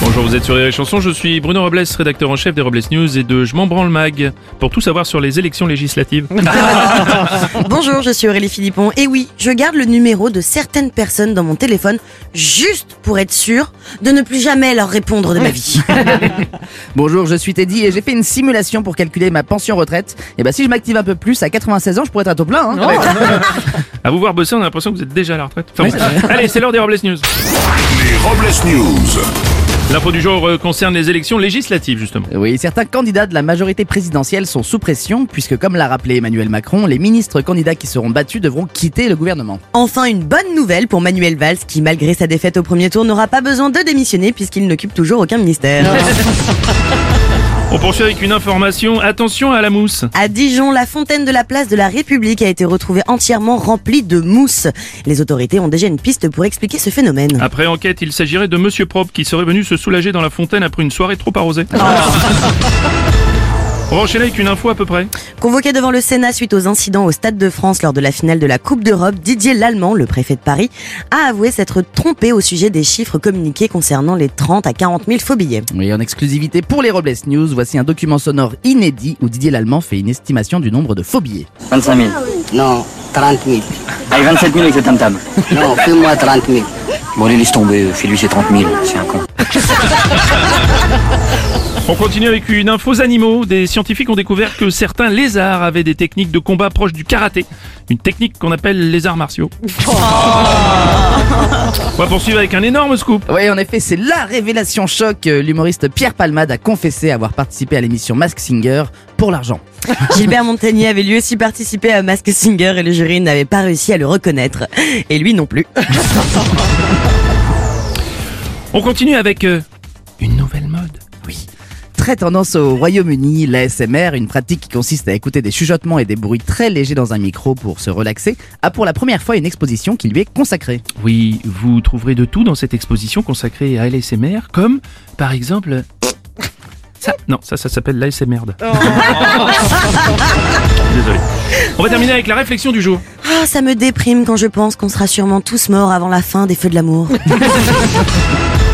Bonjour, vous êtes sur les chansons, je suis Bruno Robles, rédacteur en chef des Robles News et de Je m'en branle mag, pour tout savoir sur les élections législatives. Bonjour, je suis Aurélie Philippon. Et oui, je garde le numéro de certaines personnes dans mon téléphone juste pour être sûr de ne plus jamais leur répondre de ma vie. Bonjour, je suis Teddy et j'ai fait une simulation pour calculer ma pension retraite. Et bah si je m'active un peu plus, à 96 ans, je pourrais être à taux plein. hein. à vous voir bosser, on a l'impression que vous êtes déjà à la retraite. Enfin, bon. Allez, c'est l'heure des Robles News. Les Robles News. L'info du jour euh, concerne les élections législatives, justement. Oui, certains candidats de la majorité présidentielle sont sous pression puisque, comme l'a rappelé Emmanuel Macron, les ministres candidats qui seront battus devront quitter le gouvernement. Enfin, une bonne nouvelle pour Manuel Valls qui, malgré sa défaite au premier tour, n'aura pas besoin de démissionner puisqu'il n'occupe toujours aucun ministère. On poursuit avec une information, attention à la mousse. À Dijon, la fontaine de la place de la République a été retrouvée entièrement remplie de mousse. Les autorités ont déjà une piste pour expliquer ce phénomène. Après enquête, il s'agirait de Monsieur Propre qui serait venu se soulager dans la fontaine après une soirée trop arrosée. On va enchaîner avec une info à peu près. Convoqué devant le Sénat suite aux incidents au Stade de France lors de la finale de la Coupe d'Europe, Didier Lallemand, le préfet de Paris, a avoué s'être trompé au sujet des chiffres communiqués concernant les 30 à 40 000 faux billets. Oui, en exclusivité pour les Robles News, voici un document sonore inédit où Didier Lallemand fait une estimation du nombre de faux billets. 25 000. Non, 30 000. Allez, 27 000 avec le tam-tam. Non, fais-moi 30 000. Bon, allez, laisse tomber. euh, Fais-lui ses 30 000. C'est un con. On continue avec une info aux animaux. Des scientifiques ont découvert que certains lézards avaient des techniques de combat proches du karaté. Une technique qu'on appelle les arts martiaux. On va poursuivre avec un énorme scoop. Oui, en effet, c'est la révélation choc. Euh, L'humoriste Pierre Palmade a confessé avoir participé à l'émission Mask Singer pour l'argent. Gilbert Montagnier avait lui aussi participé à Mask Singer et le jury n'avait pas réussi à le reconnaître. Et lui non plus. On continue avec euh, une nouvelle mode. Oui. Très tendance au Royaume-Uni, l'ASMR, une pratique qui consiste à écouter des chuchotements et des bruits très légers dans un micro pour se relaxer, a pour la première fois une exposition qui lui est consacrée. Oui, vous trouverez de tout dans cette exposition consacrée à l'ASMR, comme par exemple... Ça, non, ça, ça s'appelle l'ASMR. Désolé. On va terminer avec la réflexion du jour. Ah, ça me déprime quand je pense qu'on sera sûrement tous morts avant la fin des feux de l'amour.